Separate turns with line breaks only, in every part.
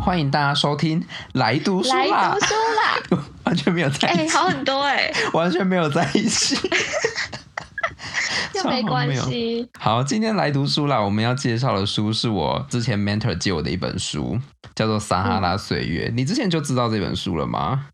欢迎大家收听来读书
来
啦
读，书啦！
完全没有在
哎、
一起，
好很多哎、
完全没有在一起。
又没关系。
好，今天来读书啦。我们要介绍的书是我之前 mentor 借我的一本书，叫做《撒哈拉岁月》。
嗯
你之前就知道这本书了吗？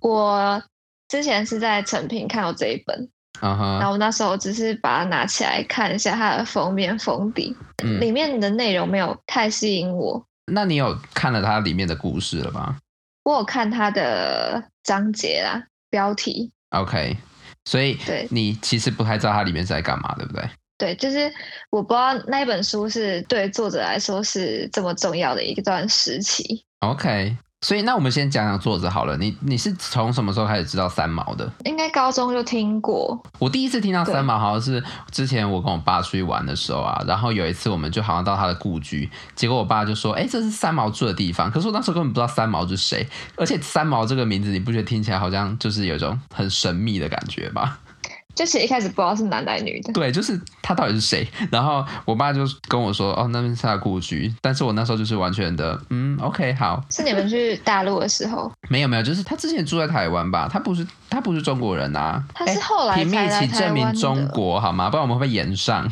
我之前是在成品看到这一本，
嗯哼，
然后那时候只是把它拿起来看一下它的封面封底，
嗯，
里面的内容没有太吸引我。
那你有看了它里面的故事了吗
我有看它的章节啦，标题，
？OK，所以
对
你其实不太知道它里面是在干嘛，对不对？
对，就是我不知道那一本书是对作者来说是这么重要的一段时期。
OK，所以那我们先讲讲作者好了。你你是从什么时候开始知道三毛的？
应该高中就听过，
我第一次听到
对
三毛，好像是之前我跟我爸出去玩的时候啊，然后有一次我们就好像到他的故居，结果我爸就说：“哎、这是三毛住的地方。”可是我那时候根本不知道三毛是谁，而且三毛这个名字你不觉得听起来好像就是有一种很神秘的感觉吗？
就其实一开始不知道是男男女的。
对，就是他到底是谁？然后我爸就跟我说：“哦，那边是他的故居。”但是我那时候就是完全的，嗯，OK，好，
是你们去大陆的时候，
没有没有，就是他之前住在台湾吧，他不是他不是中国人啊，
他是后来
哎
才
平
来
密
台
其
湾
证明中国好吗？不然我们会被延 上，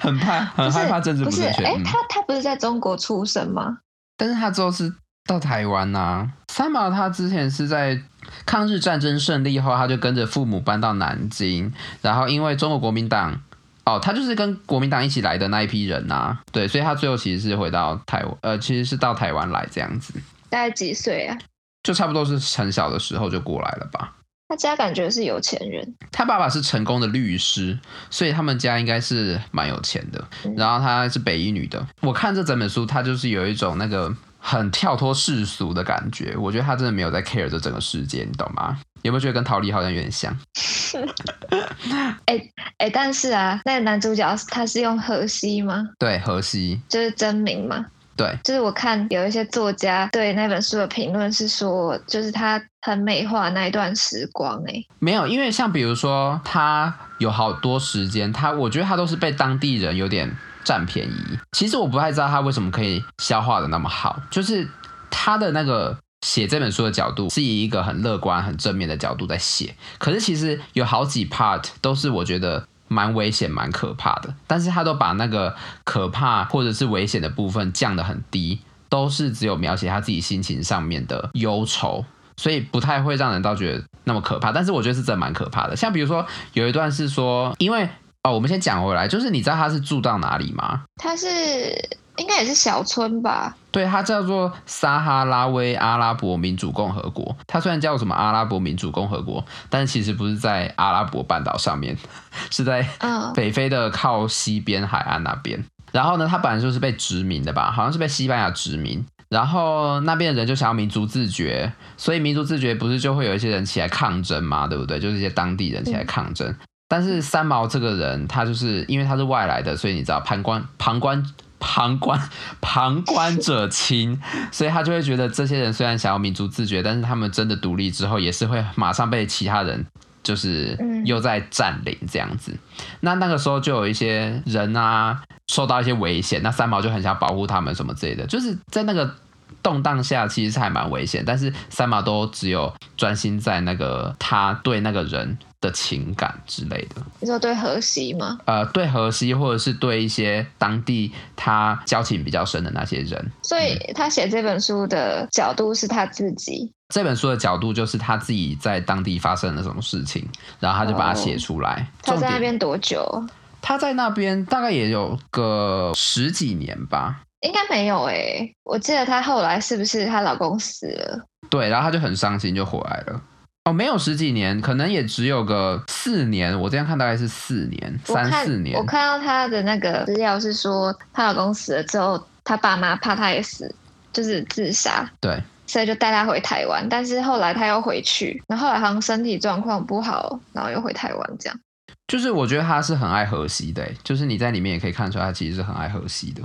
很怕很
不是
害怕政治
不是
正确。
哎、
嗯
他他不是在中国出生吗？
但是他之后是到台湾呐、三毛他之前是在抗日战争胜利后，他就跟着父母搬到南京，然后因为中国国民党。哦，他就是跟国民党一起来的那一批人呐、啊对，所以他最后其实是回到台湾，呃，其实是到台湾来这样子，
大概几岁啊？
就差不多是很小的时候就过来了吧。
他家感觉是有钱人，
他爸爸是成功的律师，所以他们家应该是蛮有钱的
嗯。
然后她是北一女的，我看这整本书，她就是有一种那个很跳脱世俗的感觉。我觉得她真的没有在 care 这整个世界，你懂吗？有没有觉得跟逃离好像有点像？
哎、但是啊，那个男主角他是用荷西吗？
对，荷西，
就是真名吗？
对，
就是我看有一些作家对那本书的评论是说，就是他很美化那一段时光、欸，
没有，因为像比如说，她有好多时间，她我觉得她都是被当地人有点占便宜。其实我不太知道她为什么可以消化的那么好，就是她的那个写这本书的角度是以一个很乐观、很正面的角度在写，可是其实有好几 part 都是我觉得。蛮危险、蛮可怕的，但是她都把那个可怕或者是危险的部分降得很低，都是只有描写她自己心情上面的忧愁，所以不太会让人到觉得那么可怕。但是我觉得是真的蛮可怕的。像比如说有一段是说，因为哦，我们先讲回来，就是你知道他是住到哪里吗？
他是应该也是小村吧？
对，它叫做撒哈拉威阿拉伯民主共和国。它虽然叫什么阿拉伯民主共和国，但其实不是在阿拉伯半岛上面， 是在
嗯，
北非的靠西边海岸那边。然后呢，它本来就是被殖民的吧，好像是被西班牙殖民。然后那边的人就想要民族自觉，所以民族自觉不是就会有一些人起来抗争嘛，对不对？就是一些当地人起来抗争。但是三毛这个人，他就是因为他是外来的，所以你知道旁观旁观旁观 旁观者清，所以他就会觉得这些人虽然想要民族自觉，但是他们真的独立之后，也是会马上被其他人就是
嗯
又在占领这样子。那那个时候就有一些人啊受到一些危险，那三毛就很想保护他们什么之类的，就是在那个动荡下其实是还蛮危险，但是三毛都只有专心在那个他对那个人的情感之类的，
你说对荷西吗？
呃，对荷西或者是对一些当地他交情比较深的那些人。
所
嗯
以他写这本书的角度是他自己，
这本书的角度就是他自己在当地发生了什么事情，然后他就把它写出来。
他
重
在那
点
边多久？
他在那边大概也有个十几年吧，
应该没有诶、我记得她后来是不是她老公死了？
对，然后他就很伤心，就回来了。哦，没有十几年，可能也只有个四年。我这样看大概是四年，
我
三
看
四年
我。看到她的那个资料是说，她老公死了之后，她爸妈怕她也死，就是自杀，
对，
所以就带她回台湾。但是后来她又回去，然后后来好像身体状况不好，然后又回台湾这样。
就是我觉得他是很爱荷西的欸，就是你在里面也可以看出来，他其实是很爱荷西的。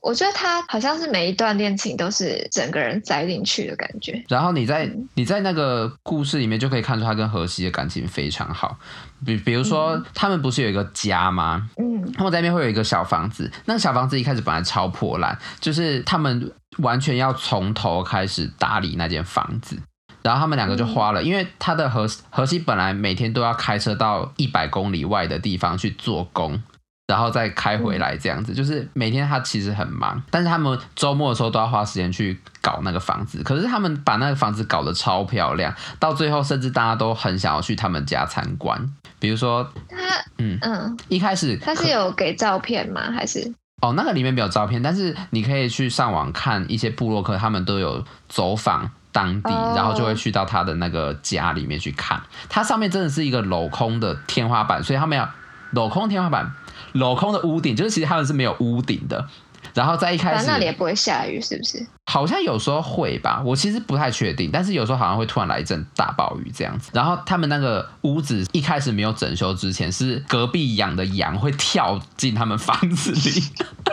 我觉得他好像是每一段恋情都是整个人栽进去的感觉。
然后你在
嗯
你在那个故事里面就可以看出他跟荷西的感情非常好，比比如说他们不是有一个家吗？
嗯
他们在那边会有一个小房子，那个小房子一开始本来超破烂，就是他们完全要从头开始打理那间房子。然后他们两个就花
嗯
了，因为他的荷荷西本来每天都要开车到一百公里外的地方去做工，然后再开回来这样
嗯
子，就是每天他其实很忙，但是他们周末的时候都要花时间去搞那个房子。可是他们把那个房子搞得超漂亮，到最后甚至大家都很想要去他们家参观。比如说
他
嗯
嗯，
一开始
他是有给照片吗？还是
哦，那个里面没有照片，但是你可以去上网看一些部落客，他们都有走访当地，
哦
然后就会去到他的那个家里面去看。它上面真的是一个镂空的天花板，所以他们要镂空天花板、镂空的屋顶，就是其实他们是没有屋顶的。然后在一开
反
始
正啊那里也不会下雨，是不是？
好像有时候会吧，我其实不太确定，但是有时候好像会突然来一阵大暴雨这样子。然后他们那个屋子一开始没有整修之前，是隔壁养的羊会跳进他们房子里。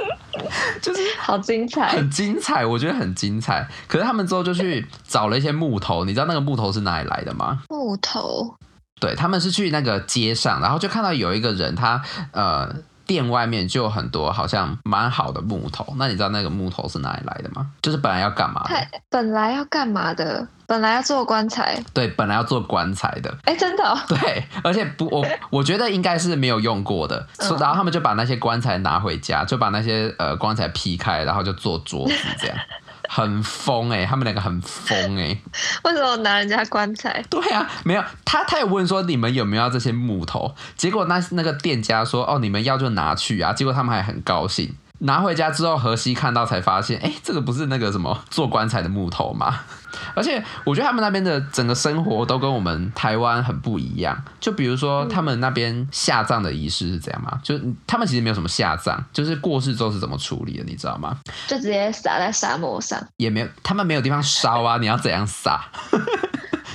好精彩
很精彩，我觉得很精彩。可是他们之后就去找了一些木头，你知道那个木头是哪里来的吗？
木头，
对，他们是去那个街上，然后就看到有一个人，他呃店外面就有很多好像蛮好的木头。那你知道那个木头是哪里来的吗？就是本来要干嘛的？
他本来要干嘛的？本来要做棺材，
对，本来要做棺材的。
哎，真的、哦，
对，而且不，我我觉得应该是没有用过的，所以
嗯
然后他们就把那些棺材拿回家，就把那些呃棺材劈开，然后就做桌子这样，很疯哎、他们两个很疯哎、
为什么拿人家棺材？
对啊，没有他，他有问说你们有没有要这些木头，结果那那个店家说哦，你们要就拿去啊，结果他们还很高兴。拿回家之后，荷西看到才发现，哎，这个不是那个什么做棺材的木头吗？ 而且我觉得他们那边的整个生活都跟我们台湾很不一样。就比如说他们那边下葬的仪式是怎样吗？就他们其实没有什么下葬，就是过世之后是怎么处理的，你知道吗？
就直接撒在沙漠上。
也没有，他们没有地方烧啊，你要怎样撒？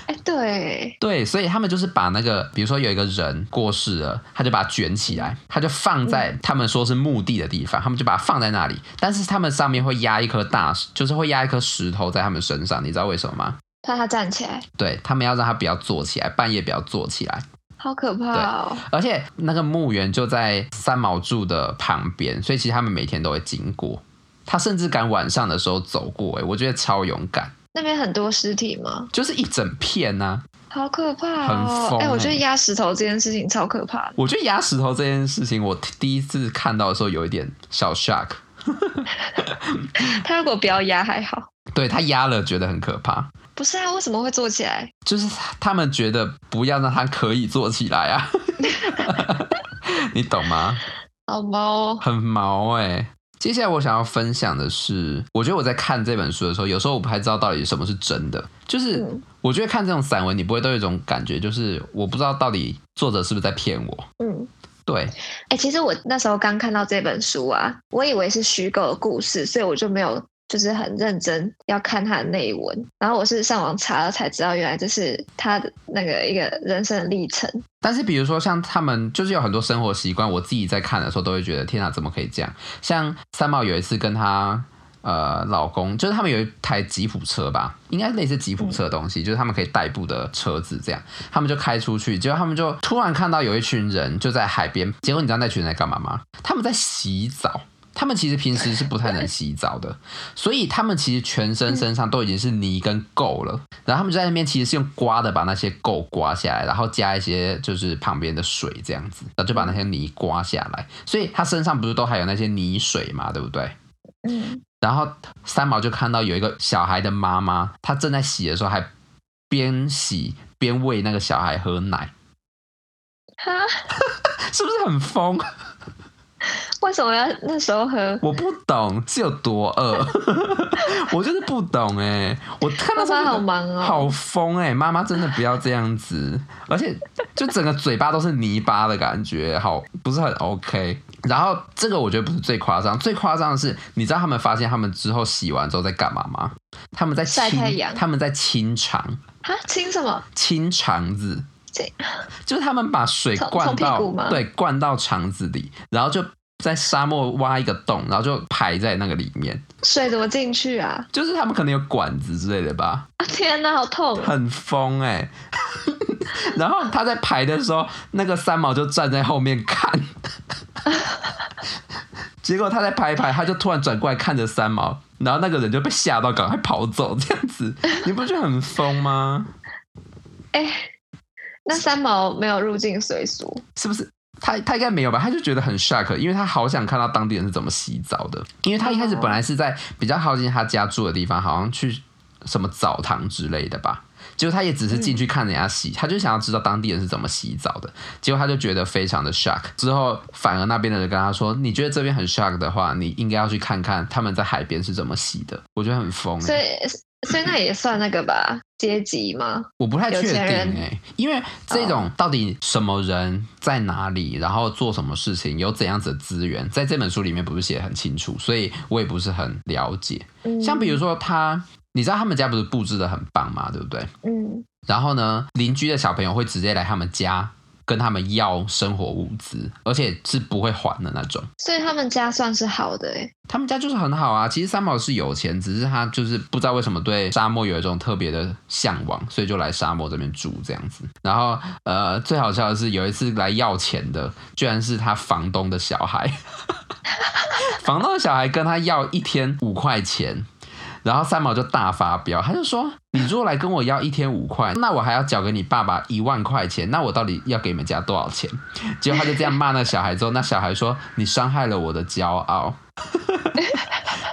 哎，对，
对，所以他们就是把那个，比如说有一个人过世了，他就把它卷起来，他就放在他们说是墓地的地方，他们就把它放在那里。但是他们上面会压一颗大，就是会压一颗石头在他们身上，你知道为什么吗？
怕他站起来，
对他们要让他不要坐起来，半夜不要坐起来。
好可怕哦。
而且那个墓园就在三毛住的旁边，所以其实他们每天都会经过。他甚至敢晚上的时候走过、欸，我觉得超勇敢，
那边很多尸体吗？
就是一整片啊呐、
好可怕
很
哦！
疯
哎、我
欸
觉得压石头这件事情超可怕的。
我觉得压石头这件事情，我第一次看到的时候有一点小 shock。
他如果不要压还好，
对他压了，觉得很可怕。
不是啊？为什么会坐起来？
就是他们觉得不要让他可以坐起来啊， 你懂吗？
好猫、哦，
很毛哎、接下来我想要分享的是，我觉得我在看这本书的时候，有时候我不太知道到底什么是真的。就是
嗯
我觉得看这种散文，你不会都有一种感觉，就是我不知道到底作者是不是在骗我。
嗯，
对，
哎、其实我那时候刚看到这本书啊，我以为是虚构的故事，所以我就没有就是很认真要看它的内文。然后我是上网查了才知道，原来这是他的那个一个人生的历程。
但是比如说像他们，就是有很多生活习惯，我自己在看的时候都会觉得，天啊，怎么可以这样？像三毛有一次跟她呃老公，就是他们有一台吉普车吧，应该类似吉普车的东西，就是他们可以代步的车子，这样他们就开出去，结果他们就突然看到有一群人就在海边，结果你知道那群人在干嘛吗？他们在洗澡。他们其实平时是不太能洗澡的，所以他们其实全身身上都已经是泥跟垢了，然后他们就在那边其实是用刮的把那些垢刮下来，然后加一些就是旁边的水这样子，然后就把那些泥刮下来，所以他身上不是都还有那些泥水嘛，对不对？
嗯，
然后三毛就看到有一个小孩的妈妈，她正在洗的时候还边洗边喂那个小孩喝奶，
哈，
是不是很疯？
为什么要那时候喝？
我不懂是有多饿， 我就是不懂哎、我看到
妈
这个
妈好忙哦，
好疯哎、妈妈真的不要这样子，而且就整个嘴巴都是泥巴的感觉，好不是很 OK。然后这个我觉得不是最夸张，最夸张的是，你知道他们发现他们之后洗完之后在干嘛吗？他们在清
晒太阳
他们在清肠，
哈，亲什么？
清肠子
这，
就是他们把水
从
灌
从屁
到
股吗
对灌到肠子里，然后就在沙漠挖一个洞，然后就排在那个里面，
水怎么进去啊？
就是他们可能有管子之类的吧，
啊天哪，好 痛！
很疯哎、 然后他在排的时候，那个三毛就站在后面看， 结果他在排一排，他就突然转过来看着三毛，然后那个人就被吓到，赶快跑走，这样子，你不觉得很疯吗？
那三毛没有入境随俗，
是不是？他他应该没有吧？他就觉得很 shock，因为他好想看到当地人是怎么洗澡的。因为他一开始本来是在比较靠近他家住的地方，好像去什么澡堂之类的吧。结果他也只是进去看人家洗，他就想要知道当地人是怎么洗澡的。结果他就觉得非常的 shock。之后反而那边的人跟他说：“你觉得这边很 shock 的话，你应该要去看看他们在海边是怎么洗的。”我觉得很疯、欸。
所以所以那也算那个吧，阶级吗？
我不太确定
有钱人哦
哎、因为这种到底什么人在哪里，然后做什么事情，有怎样子的资源，在这本书里面不是写得很清楚，所以我也不是很了解。
嗯
像比如说他，你知道他们家不是布置的很棒嘛，对不对？
嗯，
然后呢，邻居的小朋友会直接来他们家跟他们要生活物资，而且是不会还的那种。
所以他们家算是好的欸诶、
他们家就是很好啊。其实三毛是有钱，只是他就是不知道为什么对沙漠有一种特别的向往，所以就来沙漠这边住这样子。然后呃，最好笑的是有一次来要钱的，居然是他房东的小孩， 房东的小孩跟他要一天五块钱。然后三毛就大发飙，他就说：“你如果来跟我要一天五块，那我还要缴给你爸爸一万块钱，那我到底要给你们家多少钱？”结果他就这样骂那小孩之后，那小孩说：“你伤害了我的骄傲。”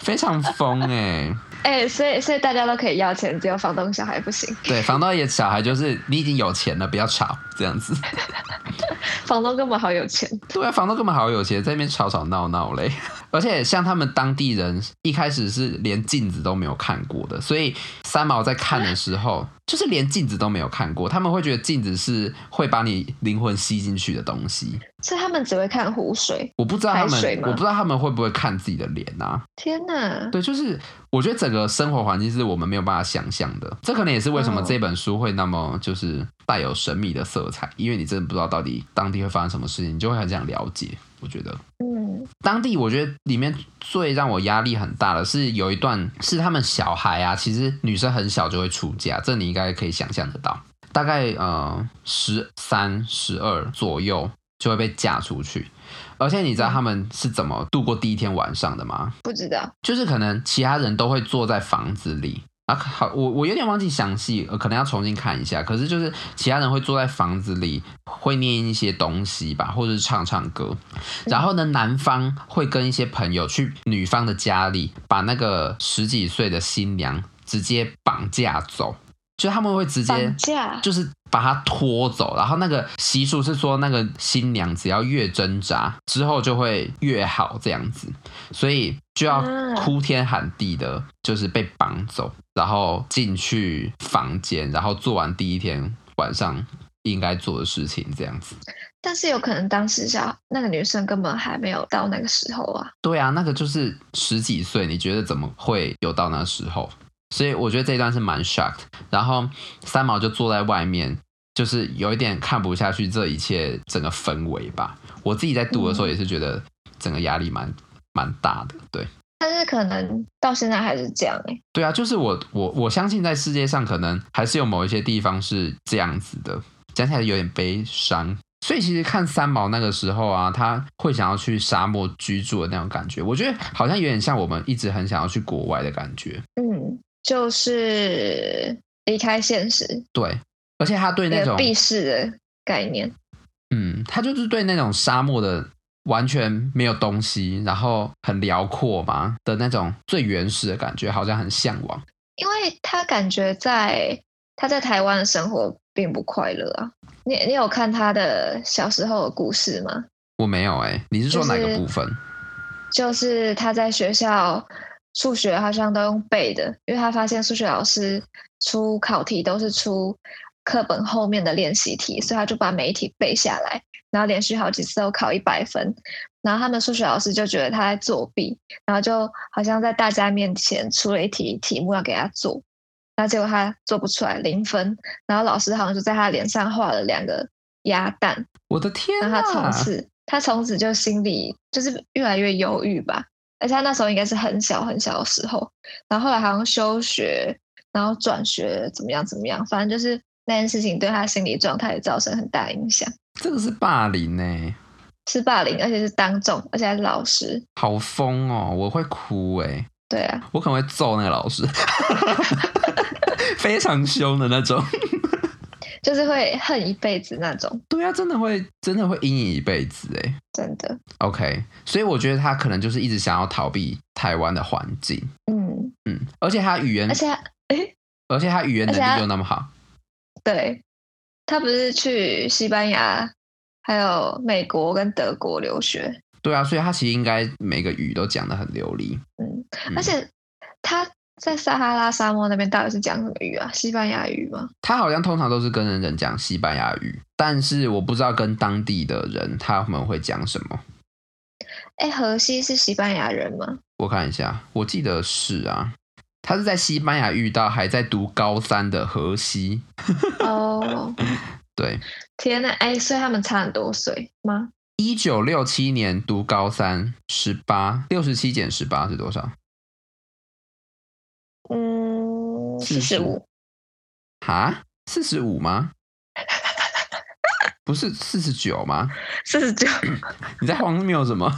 非常疯哎、
哎、所以所以大家都可以要钱，只有房东小孩不行。
对，房东也小孩就是你已经有钱了，不要吵这样子。
房东根本好有钱，
对啊，房东根本好有钱，在那边吵吵闹闹嘞。 而且像他们当地人一开始是连镜子都没有看过的，所以三毛在看的时候，就是连镜子都没有看过，他们会觉得镜子是会把你灵魂吸进去的东西。
所以他们只会看湖水。
我不知道他
海
们
水，吗
我不知道他们会不会看自己的脸啊。
天哪！
对，就是我觉得整个生活环境是我们没有办法想象的，这可能也是为什么
哦
这本书会那么就是带有神秘的色彩，因为你真的不知道到底当地会发生什么事情，你就会很想了解。我觉得
嗯，
当地，我觉得里面最让我压力很大的是有一段是他们小孩啊，其实女生很小就会出嫁，这你应该可以想象得到，大概呃十三、十二左右就会被嫁出去。而且你知道他们是怎么度过第一天晚上的吗？
不知道。
就是可能其他人都会坐在房子里啊，好，我我有点忘记详细，呃可能要重新看一下。可是就是其他人会坐在房子里，会念一些东西吧，或者是唱唱歌。
嗯
然后呢，男方会跟一些朋友去女方的家里，把那个十几岁的新娘直接绑架走，就他们会直接
绑架
就是把她拖走，然后那个习俗是说，那个新娘只要越挣扎之后就会越好这样子，所以就要
啊
哭天喊地的，就是被绑走，然后进去房间，然后做完第一天晚上应该做的事情这样子。
但是有可能当时小那个女生根本还没有到那个时候啊。
对啊，那个就是十几岁，你觉得怎么会有到那时候？所以我觉得这一段是蛮 shocked。然后三毛就坐在外面，就是有一点看不下去这一切整个氛围吧。我自己在读的时候也是觉得整个压力蛮蛮大的。对，
但是可能到现在还是这样哎、
对啊，就是我我我相信在世界上可能还是有某一些地方是这样子的，讲起来有点悲伤。所以其实看三毛那个时候啊，他会想要去沙漠居住的那种感觉，我觉得好像有点像我们一直很想要去国外的感觉。
嗯，就是离开现实，
对，而且他对那
那个
种
避世的概念。
嗯，他就是对那种沙漠的完全没有东西，然后很辽阔嘛的那种最原始的感觉，好像很向往。
因为他感觉在他在台湾的生活并不快乐啊。你你有看他的小时候的故事吗？
我没有哎、你是说哪
就
个
是
部分？
就是他在学校数学好像都用背的，因为他发现数学老师出考题都是出课本后面的练习题，所以他就把每一题背下来，然后连续好几次都考一百分。然后他们数学老师就觉得他在作弊，然后就好像在大家面前出了一题题目要给他做，那结果他做不出来零分，然后老师好像就在他脸上画了两个鸭蛋，
我的天啊
让
呐！
啊他从此他从此就心里就是越来越忧郁吧。而且他那时候应该是很小很小的时候，然后后来好像休学，然后转学怎么样怎么样，反正就是那件事情对他心理状态造成很大影响，
这个是霸凌呢、欸
是霸凌，而且是当众，而且还是老师。
好疯哦，我会哭哎、
对啊，
我可能会揍那个老师， 非常凶的那种。
就是会恨一辈子那种，
对啊，真的会，真的会阴影一辈子哎、
真的。
OK，所以我觉得他可能就是一直想要逃避台湾的环境，
嗯，
嗯，而且他语言，
而且他
而且他语言能
而且他
力又那么好，
对，他不是去西班牙、还有美国跟德国留学，
对啊，所以他其实应该每个语都讲得很流利。
嗯，
嗯
而且他在撒哈拉沙漠那边到底是讲什么语啊？西班牙语吗？
他好像通常都是跟人讲西班牙语，但是我不知道跟当地的人他们会讲什么。
哎，荷西是西班牙人吗？
我看一下，我记得是啊，他是在西班牙遇到还在读高三的荷西，
哦，
对，
天呐，哎，所以他们差很多岁吗？
一九六七年读高三，十八六十七减十八是多少？
嗯，四
45
十五，
哈，四十五吗？ 不是四十九吗？
四十九，
你在荒谬什么？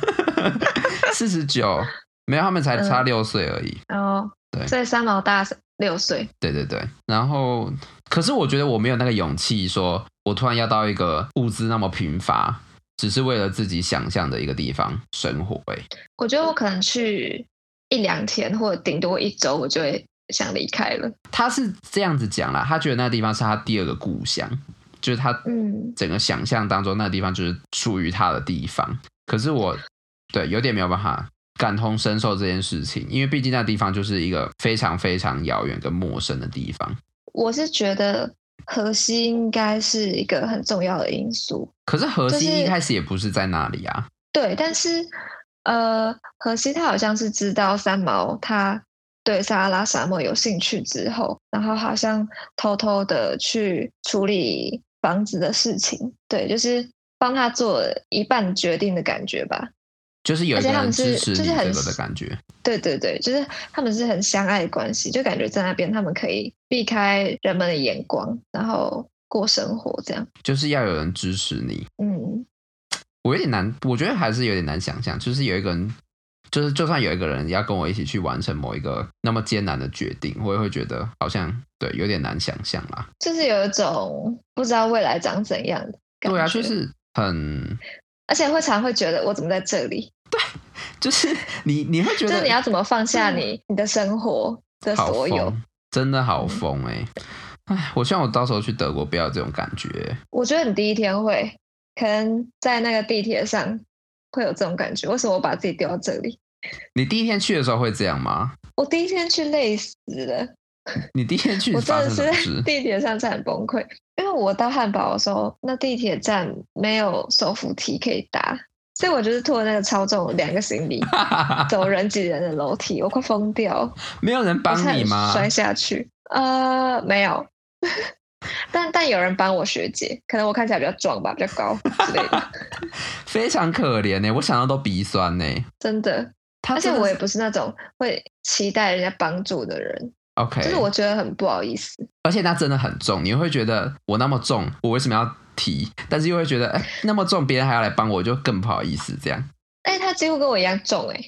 四十九，没有，他们才差六岁而已。
然后
对
哦所以三毛大六岁，
对对对，然后可是我觉得我没有那个勇气，说我突然要到一个物资那么贫乏，只是为了自己想象的一个地方生活、欸。
我觉得我可能去一两天或者顶多一周，我就会想离开了。
他是这样子讲啦，他觉得那个地方是他第二个故乡，就是他
嗯，
整个想象当中那个地方就是属于他的地方。可是我对有点没有办法感同身受这件事情，因为毕竟那地方就是一个非常非常遥远跟陌生的地方。
我是觉得荷西应该是一个很重要的因素，
可是荷西
就是
一开始也不是在那里啊，
对，但是呃，荷西他好像是知道三毛他对撒哈拉沙漠有兴趣之后，然后好像偷偷的去处理房子的事情，对，就是帮他做了一半决定的感觉吧。
就是有一个
而且
人
他们
支
是
持你
就是很
这个的感觉。
对对对，就是他们是很相爱的关系，就感觉在那边他们可以避开人们的眼光，然后过生活这样。
就是要有人支持你。
嗯，
我有点难，我觉得还是有点难想象，就是有一个人，就是就算有一个人要跟我一起去完成某一个那么艰难的决定，我也会觉得好像对有点难想象啦。
就是有一种不知道未来长怎样的感觉。
对啊，就是很，
而且会常会觉得我怎么在这里？
就是 你你会觉
就
得
是你要怎么放下你你的生活的
嗯好
所有？嗯
疯，真的好疯哎、欸！哎，我希望我到时候去德国不要有这种感觉欸、
我觉得你第一天会，可能在那个地铁上会有这种感觉。为什么我把自己丢到这里？
你第一天去的时候会这样吗？
我第一天去累死了，
你第一天去
我真
发
的
生
是
什么
在
事？
地铁上差点崩溃，因为我到汉堡的时候，那地铁站没有手扶梯可以搭，所以我就是拖着那个超重的两个 行李走人挤人的楼梯，我快疯掉了。
没有人
我
帮
差
你
点
吗？
摔下去？呃，没有， 但但有人帮我学姐，可能我看起来比较壮吧，比较高之类的，
非常可怜欸呢、我想到都鼻酸呢、欸
真 的。
他
而且
啊真的
我
是
也不是那种会期待人家帮助的人，
OK，
就是我觉得很不好意思。
而且它真的很重，你会觉得我那么重，我为什么要提？但是又会觉得，哎、那么重，别人还要来帮我，就更不好意思这样。
哎，他几乎跟我一样重哎、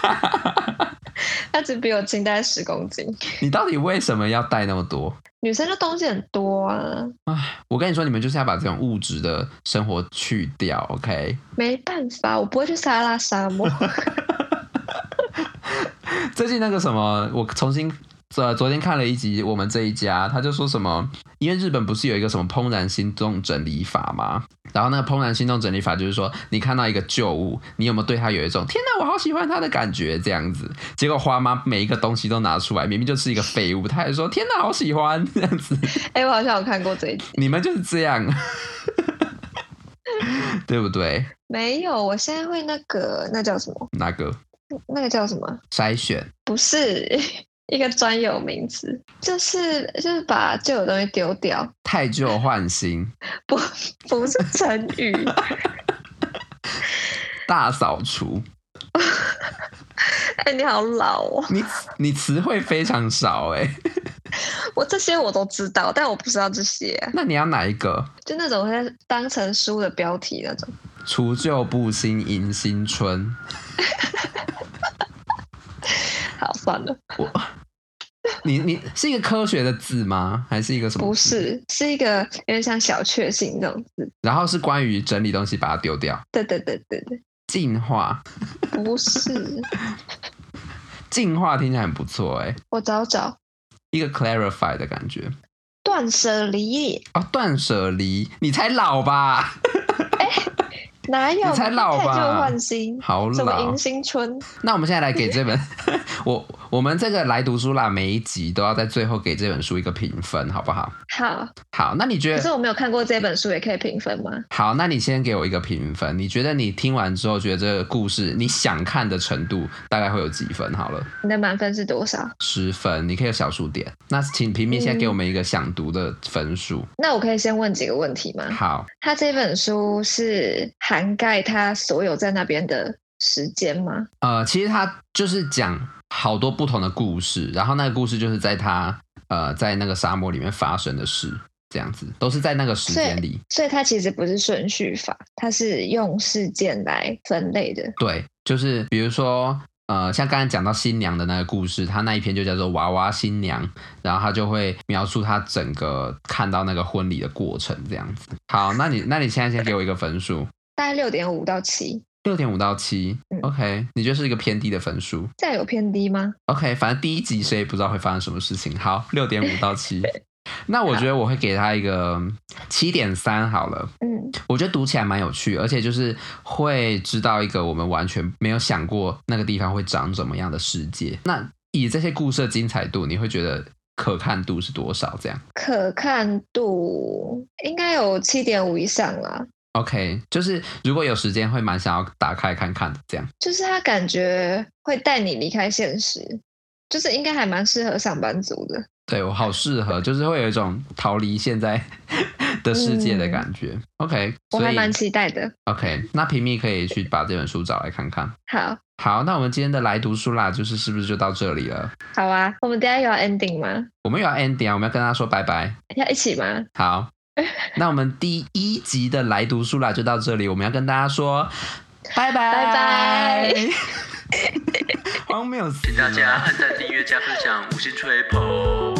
他只比我轻大概十公斤。
你到底为什么要带那么多？
女生就东西很多啊，
我跟你说，你们就是要把这种物质的生活去掉，OK？
没办法，我不会去撒哈拉沙漠。
最近那个什么，我重新呃昨天看了一集我们这一家，他就说什么，因为日本不是有一个什么怦然心动整理法吗？然后那个怦然心动整理法就是说，你看到一个旧物，你有没有对它有一种天哪，我好喜欢它的感觉这样子？结果花妈每一个东西都拿出来，明明就是一个废物，她还说天哪，好喜欢这样子。
哎、我好像有看过这一集，
你们就是这样， 对不对？
没有。我现在会那个那叫什么？
那个
那个叫什么？
筛选
不是 一个专有名词，就是就是把旧的东西丢掉，
太旧换新，
不不是成语。
大扫除。
哎，你好老哦！
你你词汇非常少哎、
我这些我都知道，但我不知道这些啊、
那你要哪一个？
就那种会当成书的标题那种。
除旧布新迎新春。
好，算了，
你你是一个科学的字吗？还是一个什么？
不。是，是一个有点像小确幸那种字。
然后是关于整理东西，把它丢掉。
对对对对对，
进化，
不是。
进化听起来很不错哎、
我找找，
一个 clarify 的感觉。
断舍离
哦，断舍离，你才老吧？
哪有？
你才老吧
太旧换新，
好
什么迎
老。
新春？
那我们现在来给这本， 我我们这个来读书啦，每一集都要在最后给这本书一个评分，好不好？
好，
好，那你觉
可是
得？
我没有看过这本书，也可以评分吗？
好，那你先给我一个评分。你觉得你听完之后，觉得这个故事你想看的程度大概会有几分？好了，
你的满分是多少？
十分，你可以有小数点。那请平民先给我们一个想读的分数。
那我可以先问几个问题吗？
好，
他这本书是涵盖他所有在那边的时间吗？
呃，其实他就是讲好多不同的故事，然后那个故事就是在他呃在那个沙漠里面发生的事，这样子都是在那个时间里。
所以它其实不是顺序法，它是用事件来分类的。
对，就是比如说。呃，像刚才讲到新娘的那个故事，他那一篇就叫做《娃娃新娘》，然后他就会描述他整个看到那个婚礼的过程这样子。好，那你那你现在先给我一个分数，
大概六点五到七，
六点五到七
嗯
，OK，你觉得是一个偏低的分数。
这样有偏低吗？
OK，反正第一集谁也不知道会发生什么事情。好，六点五到七，那我觉得我会给他一个七点三好了。
嗯，
我觉得读起来蛮有趣，而且就是会知道一个我们完全没有想过那个地方会长怎么样的世界。那以这些故事的精彩度，你会觉得可看度是多少？这样
可看度应该有七点五以上啦。
OK，就是如果有时间会蛮想要打开看看的。这样
就是他感觉会带你离开现实，就是应该还蛮适合上班族的。
对我好适合，就是会有一种逃离现在的世界的感觉。OK，
我
所
还
以
蛮期待的。
OK，那平民可以去把这本书找来看看。
好，
好，那我们今天的来读书啦，就是是不是就到这里了？
好啊，我们等一下有要 ending 吗？
我们有要 ending 啊，我们要跟他说拜拜。
要一起吗？
好，那我们第一集的来读书啦就到这里，我们要跟大家说拜拜
拜拜，
荒谬死
请
了啊
大家按赞、订阅、加分享、五星吹捧。